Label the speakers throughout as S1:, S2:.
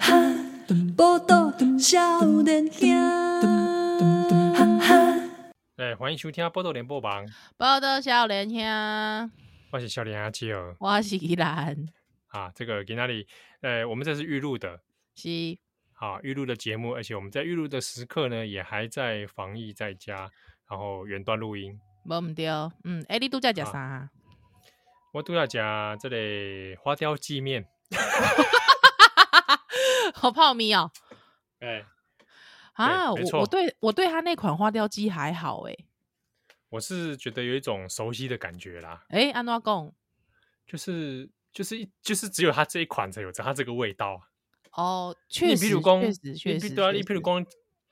S1: 哈，报道少年兄，哈哈。
S2: 哎，欢迎收听《波多联播网》，
S3: 报道少年兄，
S2: 我是小林阿七儿
S3: 我是依兰，
S2: 啊。这个给那里，呃，我们这是预录的，
S3: 是
S2: 啊，预录的节目，而且我们在预录的时刻呢，也还在防疫在家，然后远端录音。
S3: 无毋对，嗯，哎、你拄
S2: 啊
S3: 则食啥？
S2: 我都要讲这里花雕鸡面，
S3: 好泡面哦、
S2: 哎，
S3: 啊，
S2: 没错
S3: 我我对我对他那款花雕鸡还好诶、
S2: 我是觉得有一种熟悉的感觉啦，
S3: 诶、安怎讲？
S2: 就是就是就是只有它这一款才有它这个味道。
S3: 哦，
S2: 你
S3: 确实，
S2: 比如讲，
S3: 确实，确
S2: 你
S3: 实，
S2: 对啊，
S3: 确
S2: 你比
S3: 实
S2: 如讲，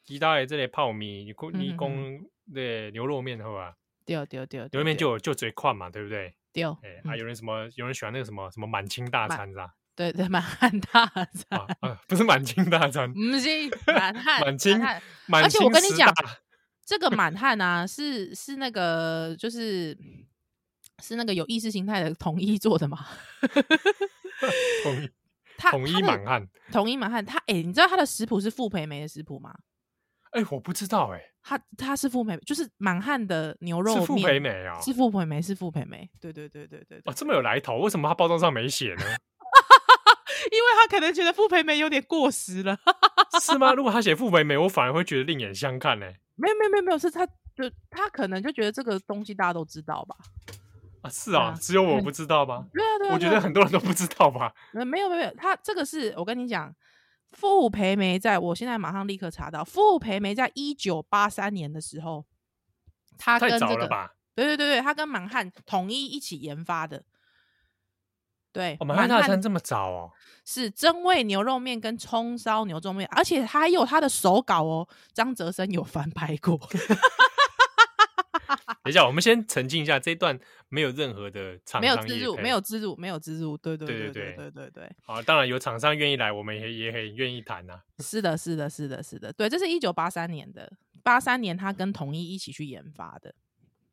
S2: 其他的这类泡面，你讲你
S3: 嗯嗯
S2: 讲对牛肉面好吧？
S3: 对对对，
S2: 牛肉面
S3: 对
S2: 就有就嘴款嘛，对不对？
S3: 对，
S2: 哎、
S3: 嗯
S2: 啊，有人什么，有人喜欢那个什么什么满清大
S3: 满
S2: 餐是吧？
S3: 对对，满汉大餐，
S2: 啊啊，不是满清大餐，
S3: 不是满汉，
S2: 满清
S3: 汉
S2: 满
S3: 嗯而且
S2: 清
S3: 我跟你
S2: 十
S3: 讲
S2: 大
S3: 这个满汉啊，是是那个就是是那个有意识形态的统一做的嘛？
S2: 统一
S3: 他
S2: 统
S3: 他
S2: 一
S3: 的
S2: 满汉。
S3: 统一满汉，他哎、你知道他的食谱是傅培梅的食谱吗？
S2: 哎、我不知道哎、
S3: 他他是傅培梅，就是满汉的牛肉
S2: 是傅
S3: 面，
S2: 培梅啊、
S3: 是傅培梅，是傅培梅，对对对对对对
S2: 哦，这么有来头，为什么它包装上没写 呢？
S3: 因为他可能觉得傅培梅有点过时了，
S2: 是吗？如果他写傅培梅，我反而会觉得另眼相看呢、哎
S3: 没有没有没有没有，是他就他可能就觉得这个东西大家都知道吧？
S2: 啊，是啊，
S3: 啊
S2: 只有我不知道吧？
S3: 对啊对啊，
S2: 我觉
S3: 对
S2: 得
S3: 啊
S2: 很多人都不知道吧？
S3: 呃没有没有没有，他这个是我跟你讲。傅培梅在我现在马上立刻查到，傅培梅在一九八三年的时候，他跟
S2: 太
S3: 这
S2: 早
S3: 个
S2: 了吧？
S3: 对对对对，他跟满汉统一一起研发的。对，
S2: 哦，满汉大餐这么早哦？
S3: 是真味牛肉面跟葱烧牛肉面，而且他还有他的手稿哦，张哲生有翻拍过。啊
S2: 等一下，我们先澄清一下，这一段没有任何的厂商
S3: 没有
S2: 业
S3: 植入，
S2: 配
S3: 没有植入，没有植入，对对
S2: 对对
S3: 对对对对对，
S2: 啊，当然有厂商愿意来，我们也也很愿意谈呐、
S3: 是的，是的，是的，是的，对，这是一九八三年的，八三年他跟统一一起去研发的，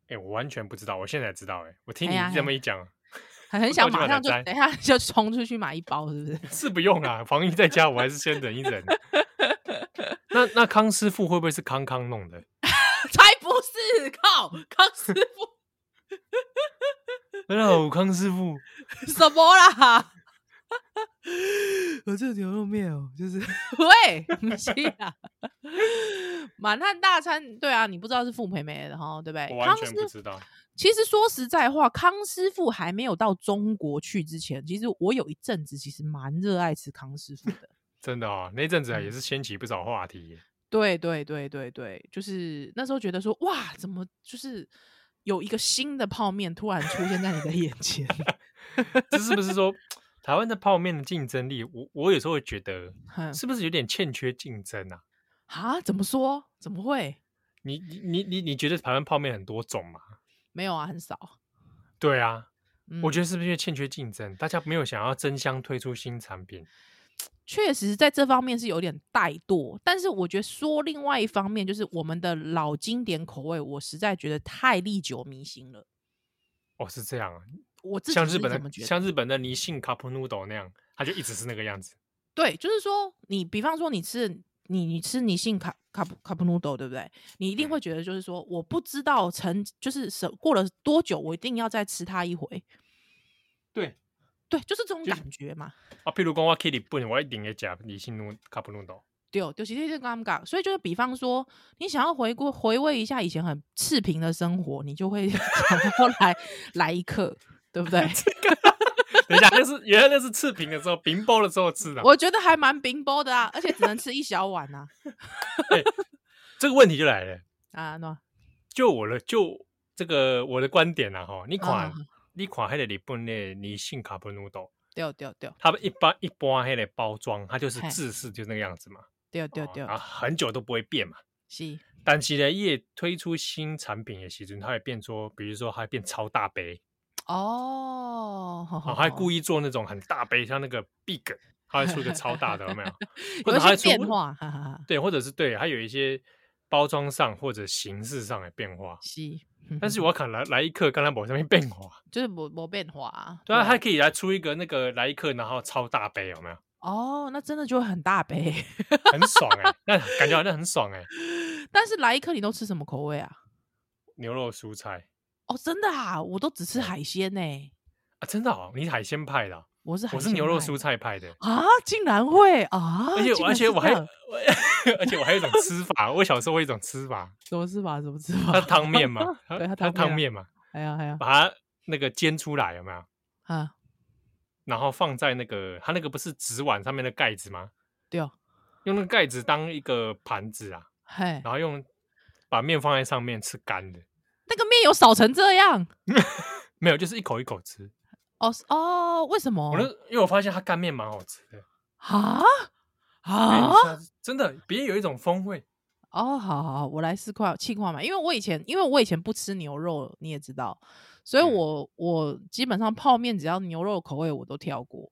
S2: 哎、我完全不知道，我现在才知道、哎，我听你
S3: 哎呀
S2: 这么一讲，
S3: 很很想
S2: 我根
S3: 马
S2: 本
S3: 上就
S2: 懒得
S3: 等一下就冲出去买一包，是不 是？
S2: 是不用啦，防疫在家，我还是先忍一 忍。那那康师傅会不会是康康弄的？
S3: 才不是，靠，康师傅
S2: 老康师傅，
S3: 什么 啦？我这牛肉面哦，就是 喂，不是啊， 满汉大餐，对啊，你不知道是傅培梅的哈，对不对
S2: 我？
S3: 哎康
S2: 完
S3: 师
S2: 全不知道。
S3: 其实说实在话，康师傅还没有到中国去之前，其实我有一阵子其实蛮热爱吃康师傅 的。
S2: 真的哦，那阵
S3: 嗯
S2: 子啊也是掀起不少话题耶。
S3: 对对对对对，就是那时候觉得说，哇，怎么就是有一个新的泡面突然出现在你的眼前？
S2: 这是不是说台湾的泡面的竞争力？我我有时候会觉得，
S3: 哼
S2: 是不是有点欠缺竞争啊？
S3: 啊，怎么说？怎么会？
S2: 你你你你你觉得台湾泡面很多种吗？
S3: 没有啊，很少。
S2: 对啊，
S3: 嗯、
S2: 我觉得是不是因为欠缺竞争，大家没有想要争相推出新产品？
S3: 确实在这方面是有点怠惰，但是我觉得说另外一方面，就是我们的老经典口味，我实在觉得太历久弥新了。
S2: 哦，是这样啊，
S3: 我自己
S2: 像
S3: 是
S2: 日本
S3: 这么
S2: 的
S3: 觉得
S2: 像日本的尼信卡普努斗那样，它就一直是那个样子。
S3: 对，就是说，你比方说你吃你你吃你信卡卡布卡布努豆，对不对？你
S2: 嗯
S3: 一定会觉得就是说，我不知道成就是什过了多久，我一定要再吃它一回。
S2: 对
S3: 对，就是这种
S2: 就是
S3: 感觉嘛。
S2: 啊，譬如讲我去日本，我一定会食尼信努卡普努斗。
S3: 对，就是这些尴尬，所以就是比方说，你想要回过回味一下以前很赤贫的生活，你就会 想要来来一刻，对不对？
S2: 等一下，那是原来那是赤贫的时候，冰包的时候吃的啊。
S3: 我觉得还蛮冰包的啊，而且只能吃一小碗啊
S2: 这个问题就来了，
S3: 啊，喏，
S2: 就我的就这个我的观点啦、啊、哈，你看、
S3: 嗯
S2: 你看那个日本的尼信卡普努斗，
S3: 对对对
S2: 它一般一般那个包装，它就是
S3: 嘿
S2: 制式就是那个样子嘛，
S3: 对对
S2: 哦
S3: 对
S2: 然，后很久都不会变嘛。
S3: 是，
S2: 但是呢，也推出新产品的时阵，它也变说，比如说它变超大杯，
S3: 哦，好
S2: 哦， 它还故
S3: 意
S2: 意做那种很大杯，像那个 big，它会出一个超大的，有没 有？或者
S3: 有一
S2: 它会
S3: 些
S2: 出
S3: 变化，哈哈哈，
S2: 对，或者是对，还有一些包装上或者形式上的变化。
S3: 是，
S2: 但是我看来来一克，刚才某上面变化，
S3: 就是没没变化啊，
S2: 对啊，它
S3: 还
S2: 可以来出一个那个来一克，然后超大杯，有没有？
S3: 哦，那真的就会很大杯。
S2: 很爽哎、那感觉好像很爽哎、
S3: 但是来一克你都吃什么口味啊？
S2: 牛肉蔬菜
S3: 哦，真的啊，我都
S2: 哦
S3: 只吃海鲜呢、
S2: 啊，真的哦，你海鲜派的啊、
S3: 我是海
S2: 我是
S3: 鲜
S2: 牛肉
S3: 派
S2: 蔬菜派的，
S3: 啊，竟然会啊！
S2: 而且我
S3: 竟
S2: 而
S3: 然
S2: 且
S3: 是
S2: 我还
S3: 这样
S2: 有，而且我还有一种吃法，我小时候会有一种吃法，
S3: 什么吃法？什么吃
S2: 它
S3: 法？，
S2: 汤面嘛
S3: 对，
S2: 它
S3: 它汤啊
S2: 汤面嘛，
S3: 还有还有
S2: 把它那个煎出来有没有？
S3: 哎啊，
S2: 然后放在那个它那个不是纸碗上面的盖子吗？
S3: 对哦，
S2: 用那个盖子当一个盘子啊，
S3: 嘿，
S2: 然后用把面放在上面吃干的，
S3: 那个面有少成这样
S2: 没有，就是一口一口吃。
S3: 哦是哦，为什么
S2: 我那因为我发现它干面蛮好吃的，
S3: 啊
S2: 哎
S3: 啊
S2: 你？吃它是真的别有一种风味。
S3: 哦，好好，好，我来试块气块嘛，因为我以前因为我以前不吃牛肉，你也知道，所以
S2: 嗯
S3: 我、我基本上泡面只要牛肉口味我都跳过。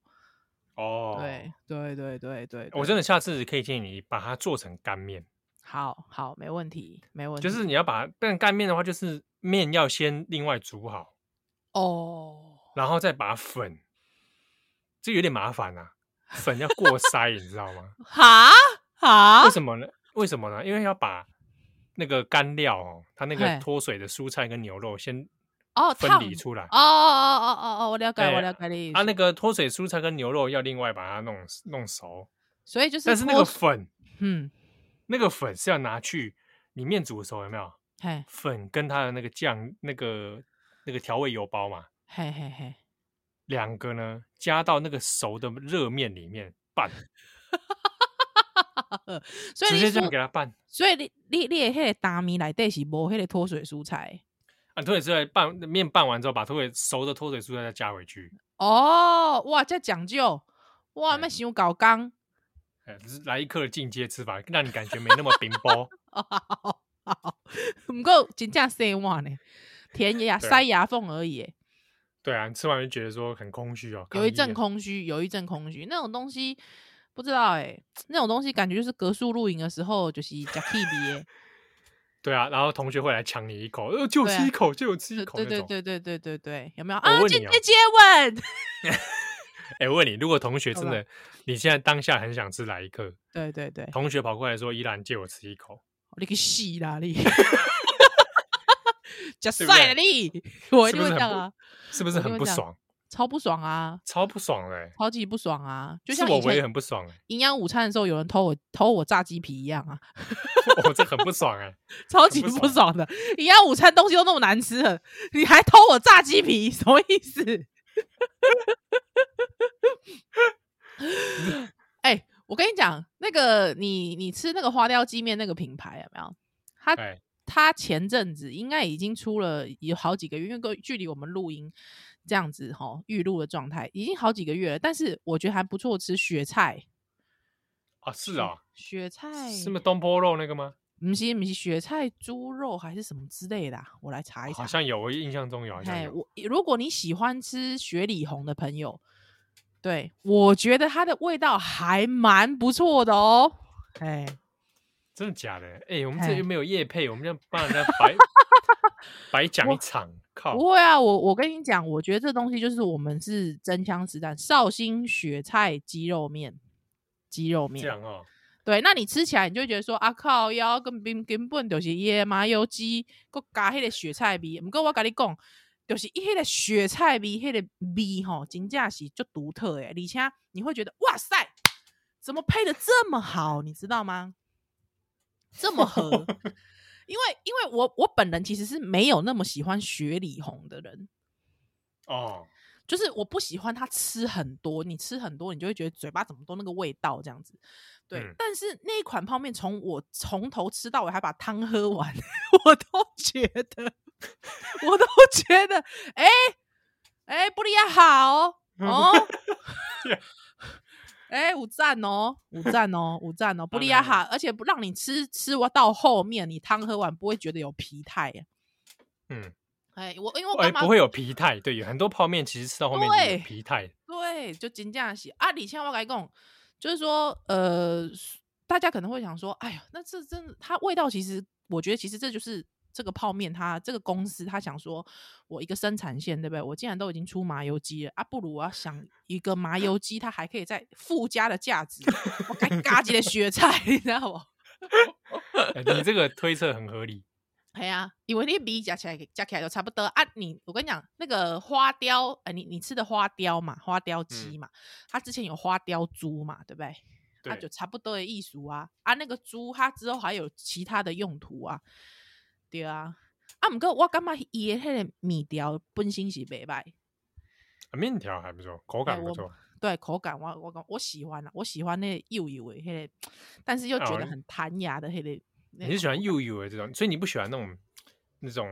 S2: 哦，
S3: 对，对对对对，
S2: 我
S3: 对
S2: 真的下次可以建议你把它做成干面，
S3: 好好没问题，没问题。
S2: 就是你要把但干面的话，就是面要先另外煮好，
S3: 哦，
S2: 然后再把粉，这有点麻烦啊，粉要过筛，你知道吗？
S3: 哈哈啊
S2: 为，什么呢？为什么呢？因为要把那个干料哦，它那
S3: 嘿
S2: 个脱水的蔬菜跟牛肉先
S3: 哦，
S2: 分
S3: 烫
S2: 离出来
S3: 哦哦哦哦哦，我了解，
S2: 哎
S3: 我了解你的意思。
S2: 啊，那个脱水蔬菜跟牛肉要另外把它弄弄熟，
S3: 所以就是，
S2: 但是那个，粉，
S3: 嗯，
S2: 那个粉是要拿去你面煮的时候有没有？
S3: 嘿，
S2: 粉跟它的那个酱、那个那个调味油包嘛，
S3: 嘿嘿嘿，
S2: 两个呢加到那个熟的热面里面拌，
S3: 所以
S2: 直
S3: 你
S2: 接这
S3: 说
S2: 样给它拌
S3: 所以你你你的迄个大米内底是无迄个脱水蔬菜
S2: 啊，脱水蔬菜拌面拌完之后，把脱水熟的脱水蔬菜再加回去，
S3: 哦，哇，这讲究哇，
S2: 对
S3: 那想搞刚，
S2: 哎，只是来一克的进阶吃法，让你感觉没那么冰包。
S3: 不过真正生碗呢，填牙
S2: 对啊
S3: 塞牙缝而已耶，
S2: 对啊，你吃完就觉得说很空虚哦，
S3: 有一
S2: 抗议
S3: 阵
S2: 啊。
S3: 空虚，有一阵空虚，那种东西不知道哎，那种东西感觉就是格数露营的时候就是假 K B
S2: 对啊，然后同学会来抢你一口，呃，就
S3: 对啊
S2: 吃一口，就吃一
S3: 耶，
S2: 口
S3: 对
S2: 那
S3: 对
S2: 种。
S3: 对对对对对，有没有
S2: 我
S3: 啊？
S2: 问
S3: 进
S2: 你哦
S3: 阶接吻，
S2: 哎，我问你，如果同学真
S3: 好
S2: 的，你现在当下很想吃来一克，
S3: 对对对，
S2: 同学跑过来说：“依然借我吃一口。
S3: 你个死啦 你，假
S2: 对不对
S3: 帅了你， 我一
S2: 是不是
S3: 定会这
S2: 很
S3: 样
S2: 不
S3: 啊。”
S2: 是不是
S3: 我就
S2: 很
S3: 会
S2: 不
S3: 这样
S2: 爽？
S3: 超不爽啊，
S2: 超不爽的欸、
S3: 超级不爽啊！就是像
S2: 我
S3: 以
S2: 我也
S3: 前
S2: 很不爽哎、
S3: 营养午餐的时候，有人偷我偷我炸鸡皮一样啊，
S2: 我这很不爽 哎、
S3: 超级
S2: 不
S3: 不
S2: 爽
S3: 爽的。营养午餐东西都那么难吃了，你还偷我炸鸡皮，什么意思？ 哎、我跟你讲，那个你你吃那个花雕鸡面那个品牌有没有？它
S2: 哎、
S3: 他前阵子应该已经出了有好几个月，因为跟距离我们录音这样子哈预录的状态已经好几个月了，但是我觉得还不错吃雪菜，
S2: 啊是啊、
S3: 雪菜
S2: 是不是东坡肉那个吗？
S3: 不是不是雪菜猪肉还是什么之类的啊、我来查一查。
S2: 好像有，我印象中有，好像
S3: 哎，
S2: 有。
S3: 我如果你喜欢吃雪里红的朋友，对我觉得它的味道还蛮不错 的哦。哎，
S2: 真的假的？哎、我们这
S3: 哎
S2: 又没有叶配，我们这样帮人家 白白讲一场，靠！
S3: 不会啊，我我跟你讲，我觉得这东西就是我们是真枪实弹，绍兴雪菜鸡肉面，鸡肉
S2: 这
S3: 面。
S2: 样哦，
S3: 对，那你吃起来你就会觉得说啊靠腰跟根根本就是椰麻油鸡，佮加迄个雪菜味。不过我跟你讲，就是伊迄个雪菜味，迄、个味吼，真正是就独特诶，而且你会觉得哇塞，怎么配的这么好，你知道吗？这么合，因为因为我我本人其实是没有那么喜欢雪里红的人，
S2: 哦，
S3: 就是我不喜欢他吃很多，你吃很多，你就会觉得嘴巴怎么都那个味道这样子。对，
S2: 嗯
S3: 但是那一款泡面从我从头吃到尾，还把汤喝完， 我都觉得，我都觉得，哎、哎、不利亚好哦，
S2: 嗯
S3: 哦
S2: Yeah
S3: 哎、五赞哦，五赞哦，五赞哦，不利亚
S2: 当然
S3: 哈，而且不让你吃吃完到后面，你汤喝完不会觉得有疲态呀。
S2: 嗯，
S3: 哎、我因为我
S2: 哎、
S3: 干嘛、
S2: 不会有疲态，对，有很多泡面其实吃到后面就是有
S3: 对
S2: 疲态，
S3: 对，就真正是啊。李倩，我来讲，就是说，呃，大家可能会想说，哎呀，那这真的，它味道其实，我觉得其实这就是这个泡面它这个公司它想说，我一个生产线对不对？我既然都已经出麻油鸡了啊，不如我要想一个麻油鸡，它还可以再附加的价值，我该嘎几的雪菜，你知道不？
S2: 哎你这个推测很合 理。
S3: 哎呀、因为你米夹起来夹起来都差不多啊。你我跟你讲，那个花雕，哎、你你吃的花雕嘛，花雕鸡嘛，它之前有花雕猪嘛，对不对？它
S2: 对
S3: 就差不多的艺术啊啊，那个猪它之后还有其他的用途啊，对啊。啊，毋过我感觉伊的迄个面条本身是袂歹，
S2: 啊面条还不错，口
S3: 哎
S2: 感不
S3: 我
S2: 错。
S3: 对口感我我讲我喜欢啊，我喜欢那个幼幼的迄、那个，但是又觉得
S2: 哦
S3: 很弹牙的迄、那个。那
S2: 你是喜欢幼幼的这种，所以你不喜欢那种那种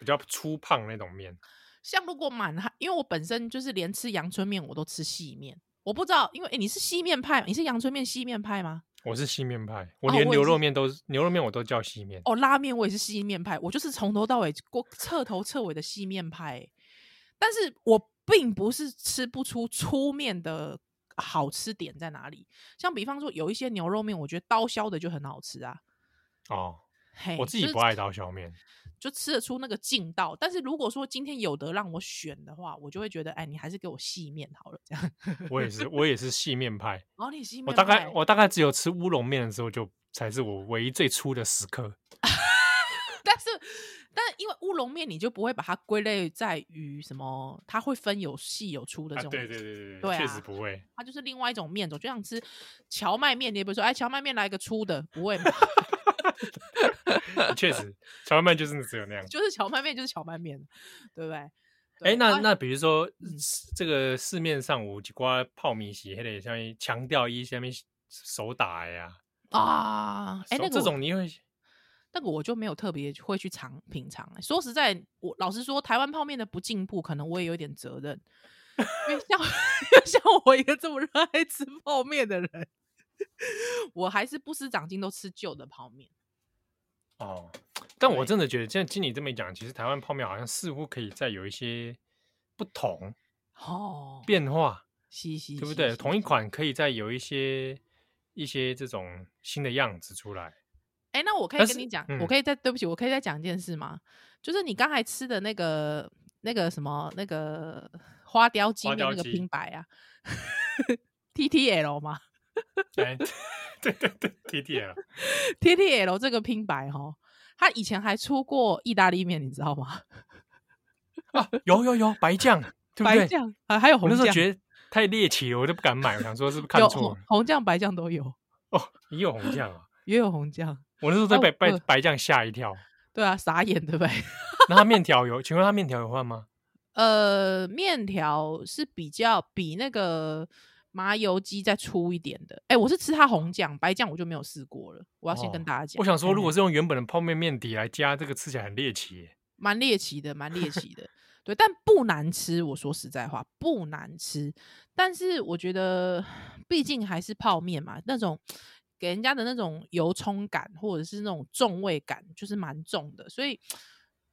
S2: 比较粗胖那种面。
S3: 像如果满汉，因为我本身就是连吃阳春面我都吃细面，我不知道，因为、诶你是细面派吗，你是阳春面细面派吗？
S2: 我是细面派，我连
S3: 哦我也
S2: 牛
S3: 是
S2: 肉面都是牛肉面我都叫细面。
S3: 哦，拉面我也是细面派，我就是从头到尾过彻头彻尾的细面派、但是我并不是吃不出粗面的好吃点在哪里，像比方说有一些牛肉面，我觉得刀削的就很好吃啊。
S2: 哦，
S3: 嘿，
S2: 我自
S3: 哎
S2: 己
S3: 就是
S2: 不爱刀削面。
S3: 就吃得出那个劲道。但是如果说今天有得让我选的话，我就会觉得，哎，你还是给我细面好了，这样。
S2: 我也是，我也是细面派。
S3: 然后你细面
S2: 我
S3: 派，
S2: 大概我大概只有吃乌龙面的时候，就才是我唯一最粗的时刻。
S3: 但是，但因为乌龙面，你就不会把它归类在于什么，它会分有细有粗的这种，
S2: 啊对
S3: 对
S2: 确
S3: 啊
S2: 实不会。
S3: 它就是另外一种面种，就像吃荞麦面，你也不会说，哎，荞麦面来个粗的，不会嘛，
S2: 确实，荞麦面就是只有那样。
S3: 就是荞麦面就是荞麦面，对不对？对
S2: 哎，那
S3: 啊
S2: 那比如说
S3: 嗯
S2: 市这个市面上有几挂泡米洗，还得像强调一下面手打的呀，
S3: 啊，哎，
S2: 手
S3: 那个
S2: 这
S3: 我
S2: 种你会
S3: 那个我就没有特别会去尝品尝、欸。说实在，我老实说，台湾泡面的不进步，可能我也有点责任，因为像 像我一个这么热爱吃泡面的人，我还是不思长进，都吃旧的泡面。
S2: 哦。但我
S3: 对
S2: 真的觉得，现在经理这么一讲，其实台湾泡面好像似乎可以再有一些不同
S3: 哦，
S2: 变化，
S3: 嘻嘻，
S2: 对不
S3: 是
S2: 对？
S3: 是
S2: 同一
S3: 是
S2: 款可以再有一些一些这种新的样子出来。
S3: 哎、那我可
S2: 但
S3: 以跟
S2: 是
S3: 你讲，
S2: 嗯
S3: 我可以再对不起，我可以再讲一件事吗？就是你刚才吃的那个那个什么那个花雕鸡
S2: 花
S3: 面那
S2: 雕
S3: 个
S2: 鸡
S3: 拼白啊，T T L 吗
S2: 哎，对 对对，T T L，
S3: ？T T L 这个拼白哈，他以前还出过意大利面，你知道吗？
S2: 啊有有有白酱，对不对？
S3: 白酱啊，还有
S2: 我
S3: 红
S2: 那时候
S3: 酱，
S2: 觉得太猎奇了，我都不敢买，我想说是不是看
S3: 有
S2: 错
S3: 红
S2: 了？
S3: 红酱、白酱都有，
S2: 哦，也有红酱啊！
S3: 也有红酱。
S2: 我那时候都被
S3: 哦
S2: 白
S3: 呃
S2: 白酱吓一跳。
S3: 对啊，傻眼对不 对？
S2: 那它面条有？请问它面条有换吗？
S3: 呃，面条是比较比那个麻油鸡再粗一点的。哎、我是吃它红酱，白酱我就没有试过了。我要先跟
S2: 哦
S3: 大家讲、嗯
S2: 我想说，如果
S3: 嘿
S2: 是用原本的泡面面底来加，这个吃起来很猎奇耶。
S3: 蛮猎奇的，蛮猎奇的，对，但不难吃。我说实在话，不难吃，但是我觉得毕竟还是泡面嘛，那种给人家的那种油葱感或者是那种重味感，就是蛮重的，所以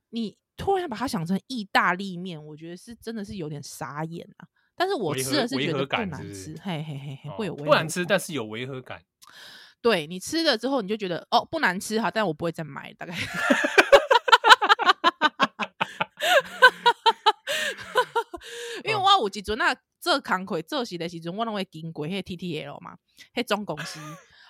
S3: 你突然把它想成意大利面，我觉得是真的是有点傻眼啊。但是我
S2: 违
S3: 吃
S2: 和
S3: 的是
S2: 违
S3: 觉
S2: 和
S3: 得不
S2: 感
S3: 难
S2: 是不
S3: 吃，
S2: 是
S3: 嘿嘿嘿嘿，哎会有
S2: 哦
S3: 违
S2: 不难
S3: 和
S2: 吃，
S3: 感
S2: 但是有违和感。
S3: 对你吃了之后，你就觉得哦不难吃哈，但我不会再买，大概。因为
S2: 哦
S3: 我有一阵啊做工课做事的时阵，我拢会经过迄 T T L 嘛，迄总公司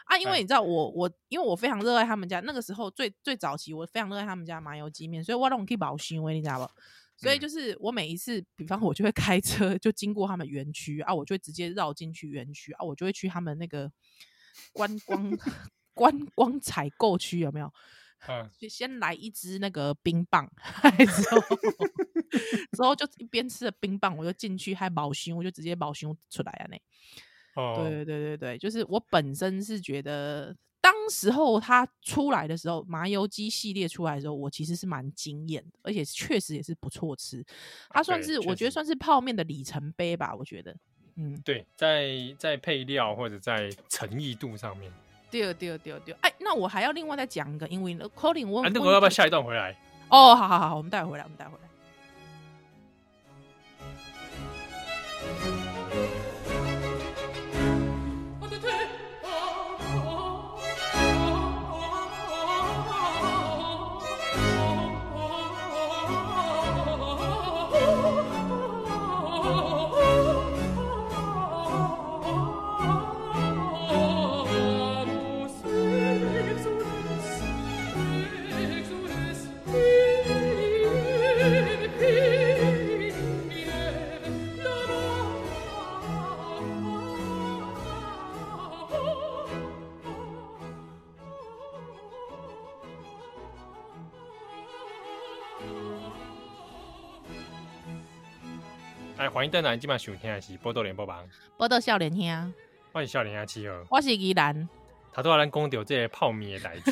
S3: 啊，因
S2: 哎
S3: 为你知道我我因为我非常热爱他们家，那个时候最最早期我非常热爱他们家麻油鸡面，所以我拢去保鲜味，你知道不？所以
S2: 嗯
S3: 就是我每一次，比方我就会开车就经过他们园区啊，我就会直接绕进去园区啊，我就会去他们那个观光 观光采购区有没有？
S2: 嗯，
S3: 就先来一支那个冰棒， 之后之后就一边吃着冰棒，我就进去还毛胸，我就直接毛胸出来啊那。
S2: 哦，
S3: 对对对对对，就是我本身是觉得，当时候它出来的时候，麻油鸡系列出来的时候，我其实是蛮惊艳的，而且确实也是不错吃。它算
S2: 啊对
S3: 是
S2: 确
S3: 我觉得
S2: 实
S3: 算是泡面的里程碑吧，我觉得。嗯，
S2: 对，在在配料或者在诚意度上面，
S3: 对对对对，哎，那我还要另外再讲一个，因为 Colin 我
S2: 啊，那
S3: 哦我
S2: 个要不要下一段回来？
S3: 哦，好好好，我们带回来，我们带回来。
S1: 哦哦哦哦哦哦
S2: 哎，欢迎邓南，今晚收听的是《波多连播榜》，
S3: 我到少年兄，啊
S2: 我是笑脸阿七哦儿。
S3: 我是宜兰，
S2: 他都要咱讲到这些泡面的代 志，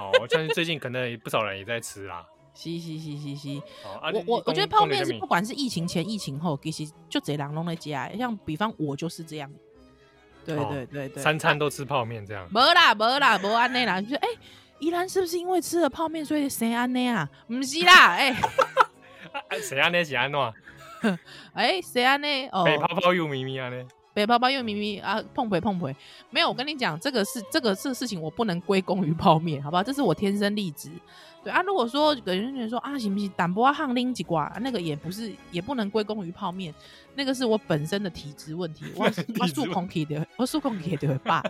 S2: 哦，我相信最近可能也不少人也在吃啦。
S3: 是是是是是。
S2: 哦，啊、
S3: 我
S2: 你
S3: 我我
S2: 讲
S3: 觉得泡
S2: 讲到
S3: 面
S2: 这
S3: 是
S2: 么
S3: 不管是疫情前疫情后，其实就贼狼弄在家。欸像比方我就是这样，对
S2: 哦
S3: 对对对，
S2: 三餐都吃泡面这样。
S3: 没啦没啦没安内啦，就哎，依兰是不是因为吃了泡面所以生安内啊？不是啦，哎
S2: 啊啊谁安尼是安
S3: 哦
S2: 怎？
S3: 哎谁安内哦，
S2: 北泡泡又咪咪安尼。
S3: 北泡泡又咪咪啊，碰腿碰腿，没有，我跟你讲，这个是这个这个事情，我不能归功于泡面，好不好？这是我天生丽质。对啊，如果说有人觉得说啊，行不行，胆波汗拎几瓜，那个也不是，也不能归功于泡面，那个是我本身的体质问题，我我
S2: 体质
S3: 数控体的，我数控体的会爸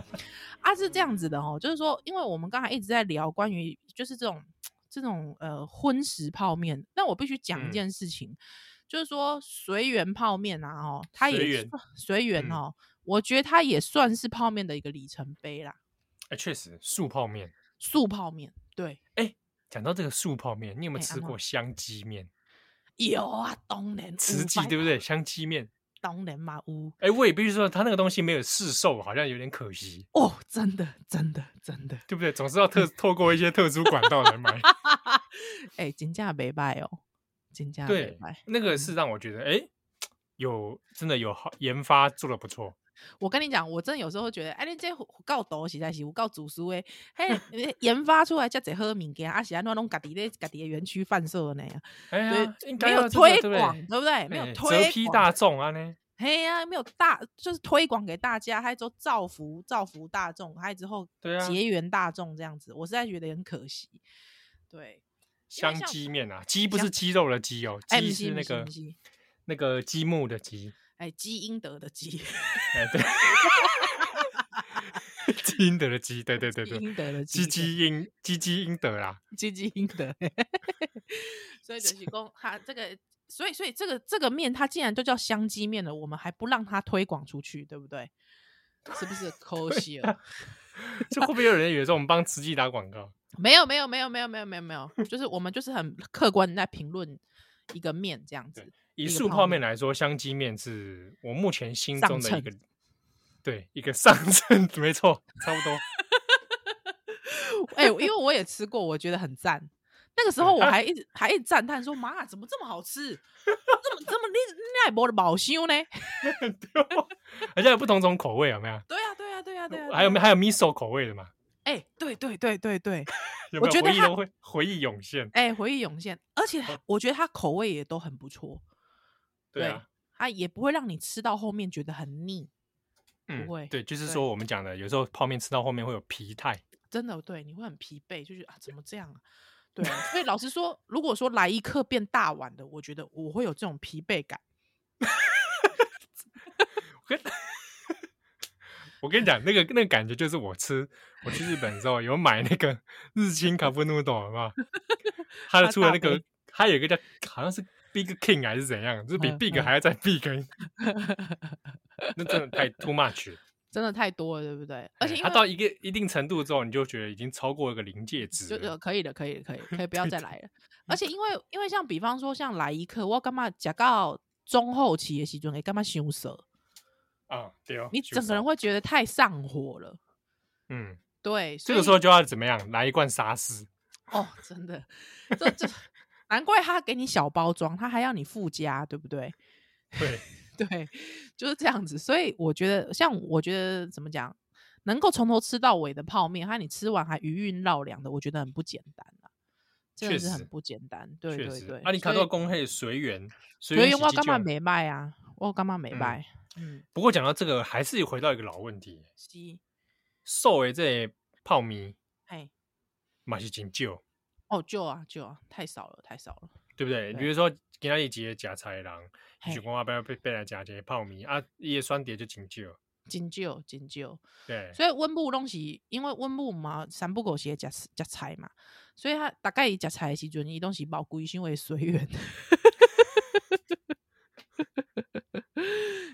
S3: 啊，是这样子的哦，就是说，因为我们刚才一直在聊关于就是这种这种呃荤食泡面，但我必须讲一
S2: 嗯
S3: 件事情，就是说随缘泡面啊，哦，它也
S2: 随缘
S3: 算随缘
S2: 嗯
S3: 哦，我觉得它也算是泡面的一个里程碑啦，
S2: 哎，确实素泡面。
S3: 素泡面。对，
S2: 讲到这个素泡面，你有没有
S3: 哎
S2: 吃
S3: 安怎
S2: 过香鸡面？
S3: 有啊，当然有
S2: 慈济
S3: 拜
S2: 对不
S3: 托
S2: 对？香鸡面，
S3: 当然嘛，有
S2: 哎，我也必须说，他那个东西没有市售，好像有点可惜，
S3: 哦，真的，真的，真的，
S2: 对不对？总是要 特透过一些特殊管道来买。
S3: 啊哎、真价没败哦，真价没
S2: 对
S3: 败。，
S2: 那个是让我觉得，哎，有真的有好研发做的不错。
S3: 我跟你讲，我真的有时候觉得，哎、你这有有够多实在是有够主书诶， 嘿，你研发出来这这好物件，啊是安怎拢家己咧家己的园区贩售的呢？
S2: 哎呀，应
S3: 没
S2: 该
S3: 有
S2: 要这
S3: 推
S2: 个对不
S3: 广，
S2: 对？
S3: 对不对？没有
S2: 哎
S3: 推
S2: 折批
S3: 广
S2: 大众啊呢？
S3: 嘿呀、没有大就是推广给大家，还就造福造福大众，还之后
S2: 对啊
S3: 结缘大众这样子，我实在觉得很可惜。对，因为
S2: 香
S3: 像
S2: 鸡面啊，鸡不是鸡肉的鸡哦，
S3: 哎，不
S2: 鸡
S3: 是
S2: 那
S3: 不
S2: 个
S3: 不是
S2: 那个积木的积，
S3: 哎基因得的基，
S2: 哎对， 基因德的基，对对对
S3: 基
S2: 对，
S3: 因得的
S2: 基基因基基因德啦，
S3: 基基因得， 所以就是公他这个，所以所以这个这个面它竟然就叫香鸡面了，我们还不让它推广出去，对不对？是不是可惜
S2: 啊
S3: 了？
S2: 这会不会有人以为说我们帮慈济打广告？
S3: 没有没有没有没有没有没有没有，就是我们就是很客观的在评论一个面这样子。
S2: 以
S3: 一个
S2: 素
S3: 泡
S2: 泡
S3: 面
S2: 面来说，香鸡面是我目前心
S3: 上
S2: 中的一
S3: 乘
S2: 个，对一个上乘， 没错，差不多。
S3: 哎、因为我也吃过，我觉得很赞。那个时候我还一直还一直赞叹说：“妈，怎么这么好吃？这么这么你你还没的保修呢
S2: 哦而且有不同种口味，有没有？”？
S3: 对呀、对呀、对呀、对呀、
S2: 还有
S3: 对啊
S2: 还有 miso 口味的嘛？
S3: 哎、对对对对对，
S2: 有
S3: 我
S2: 没有
S3: 觉得
S2: 回忆
S3: 它
S2: 都会回忆涌现？
S3: 哎、回忆涌现，而且它我觉得它口味也都很不错，
S2: 哦对啊，
S3: 它也不会让你吃到后面觉得很腻，
S2: 嗯
S3: 会，
S2: 对，就是
S3: 对
S2: 说我们讲的，有时候泡面吃到后面会有疲态，
S3: 真的对，你会很疲惫，就觉得啊怎么这样啊？对啊，所以老实说，如果说来一客变大碗的，我觉得我会有这种疲惫感。
S2: 我跟你讲，那个那个感觉就是我吃我去日本的时候有买那 个日清卡布努豆嘛，它的出了那
S3: 它大
S2: 个
S3: 杯，
S2: 它有一个叫好像是 Big King 还是怎样，就是比
S3: 嗯
S2: Big
S3: 嗯
S2: 还要再 Big，那真的太 too much 了。
S3: 真的太多了，对不对？而且
S2: 哎
S3: 因
S2: 它
S3: 为
S2: 到一个一定程度之后，你就觉得已经超过一个临界值
S3: 就
S2: 了。
S3: 呃可以了，可以了，可以了，可以不要再来了。而
S2: 嗯
S3: 且因为因为像比方说像来一刻，我干嘛讲到中后期的时阵，会干嘛羞涩？
S2: 啊，对哦，
S3: 你
S2: 就
S3: 整
S2: 是
S3: 个人会觉得太上火了。
S2: 嗯，
S3: 对，所
S2: 这
S3: 以
S2: 个时候就要怎么样，来一罐沙士。
S3: 哦，真的，这这难怪他给你小包装，他还要你附加，对不对？
S2: 对，
S3: 对，就是这样子。所以我觉得，像我觉得怎么讲，能够从头吃到尾的泡面，和你吃完还余韵绕梁的，我觉得很不简单啊，真的
S2: 确
S3: 是
S2: 实
S3: 很不简单。对
S2: 确
S3: 对
S2: 实
S3: 对，。
S2: 啊，你
S3: 所
S2: 看到
S3: 以
S2: 公黑随缘，
S3: 所以
S2: 喜
S3: 我
S2: 剧
S3: 干嘛
S2: 就
S3: 没卖啊？我干嘛没
S2: 嗯
S3: 卖？嗯，
S2: 不过讲到这个，还是回到一个老问题，
S3: 是，
S2: 瘦的这个泡面
S3: 嘿，
S2: 嘛是真少，
S3: 哦，就啊就啊，太少了，太少了。
S2: 对不对？
S3: 对
S2: 比如说今仔日一个假菜人，
S3: 嘿
S2: 就，讲我不要被被来食一个泡面啊，伊的选择就真少，
S3: 真少真少，
S2: 对，
S3: 所以温布拢是因为温布嘛，三不狗是食食菜嘛，所以他大概伊食菜的时阵，伊拢是无规想为随缘。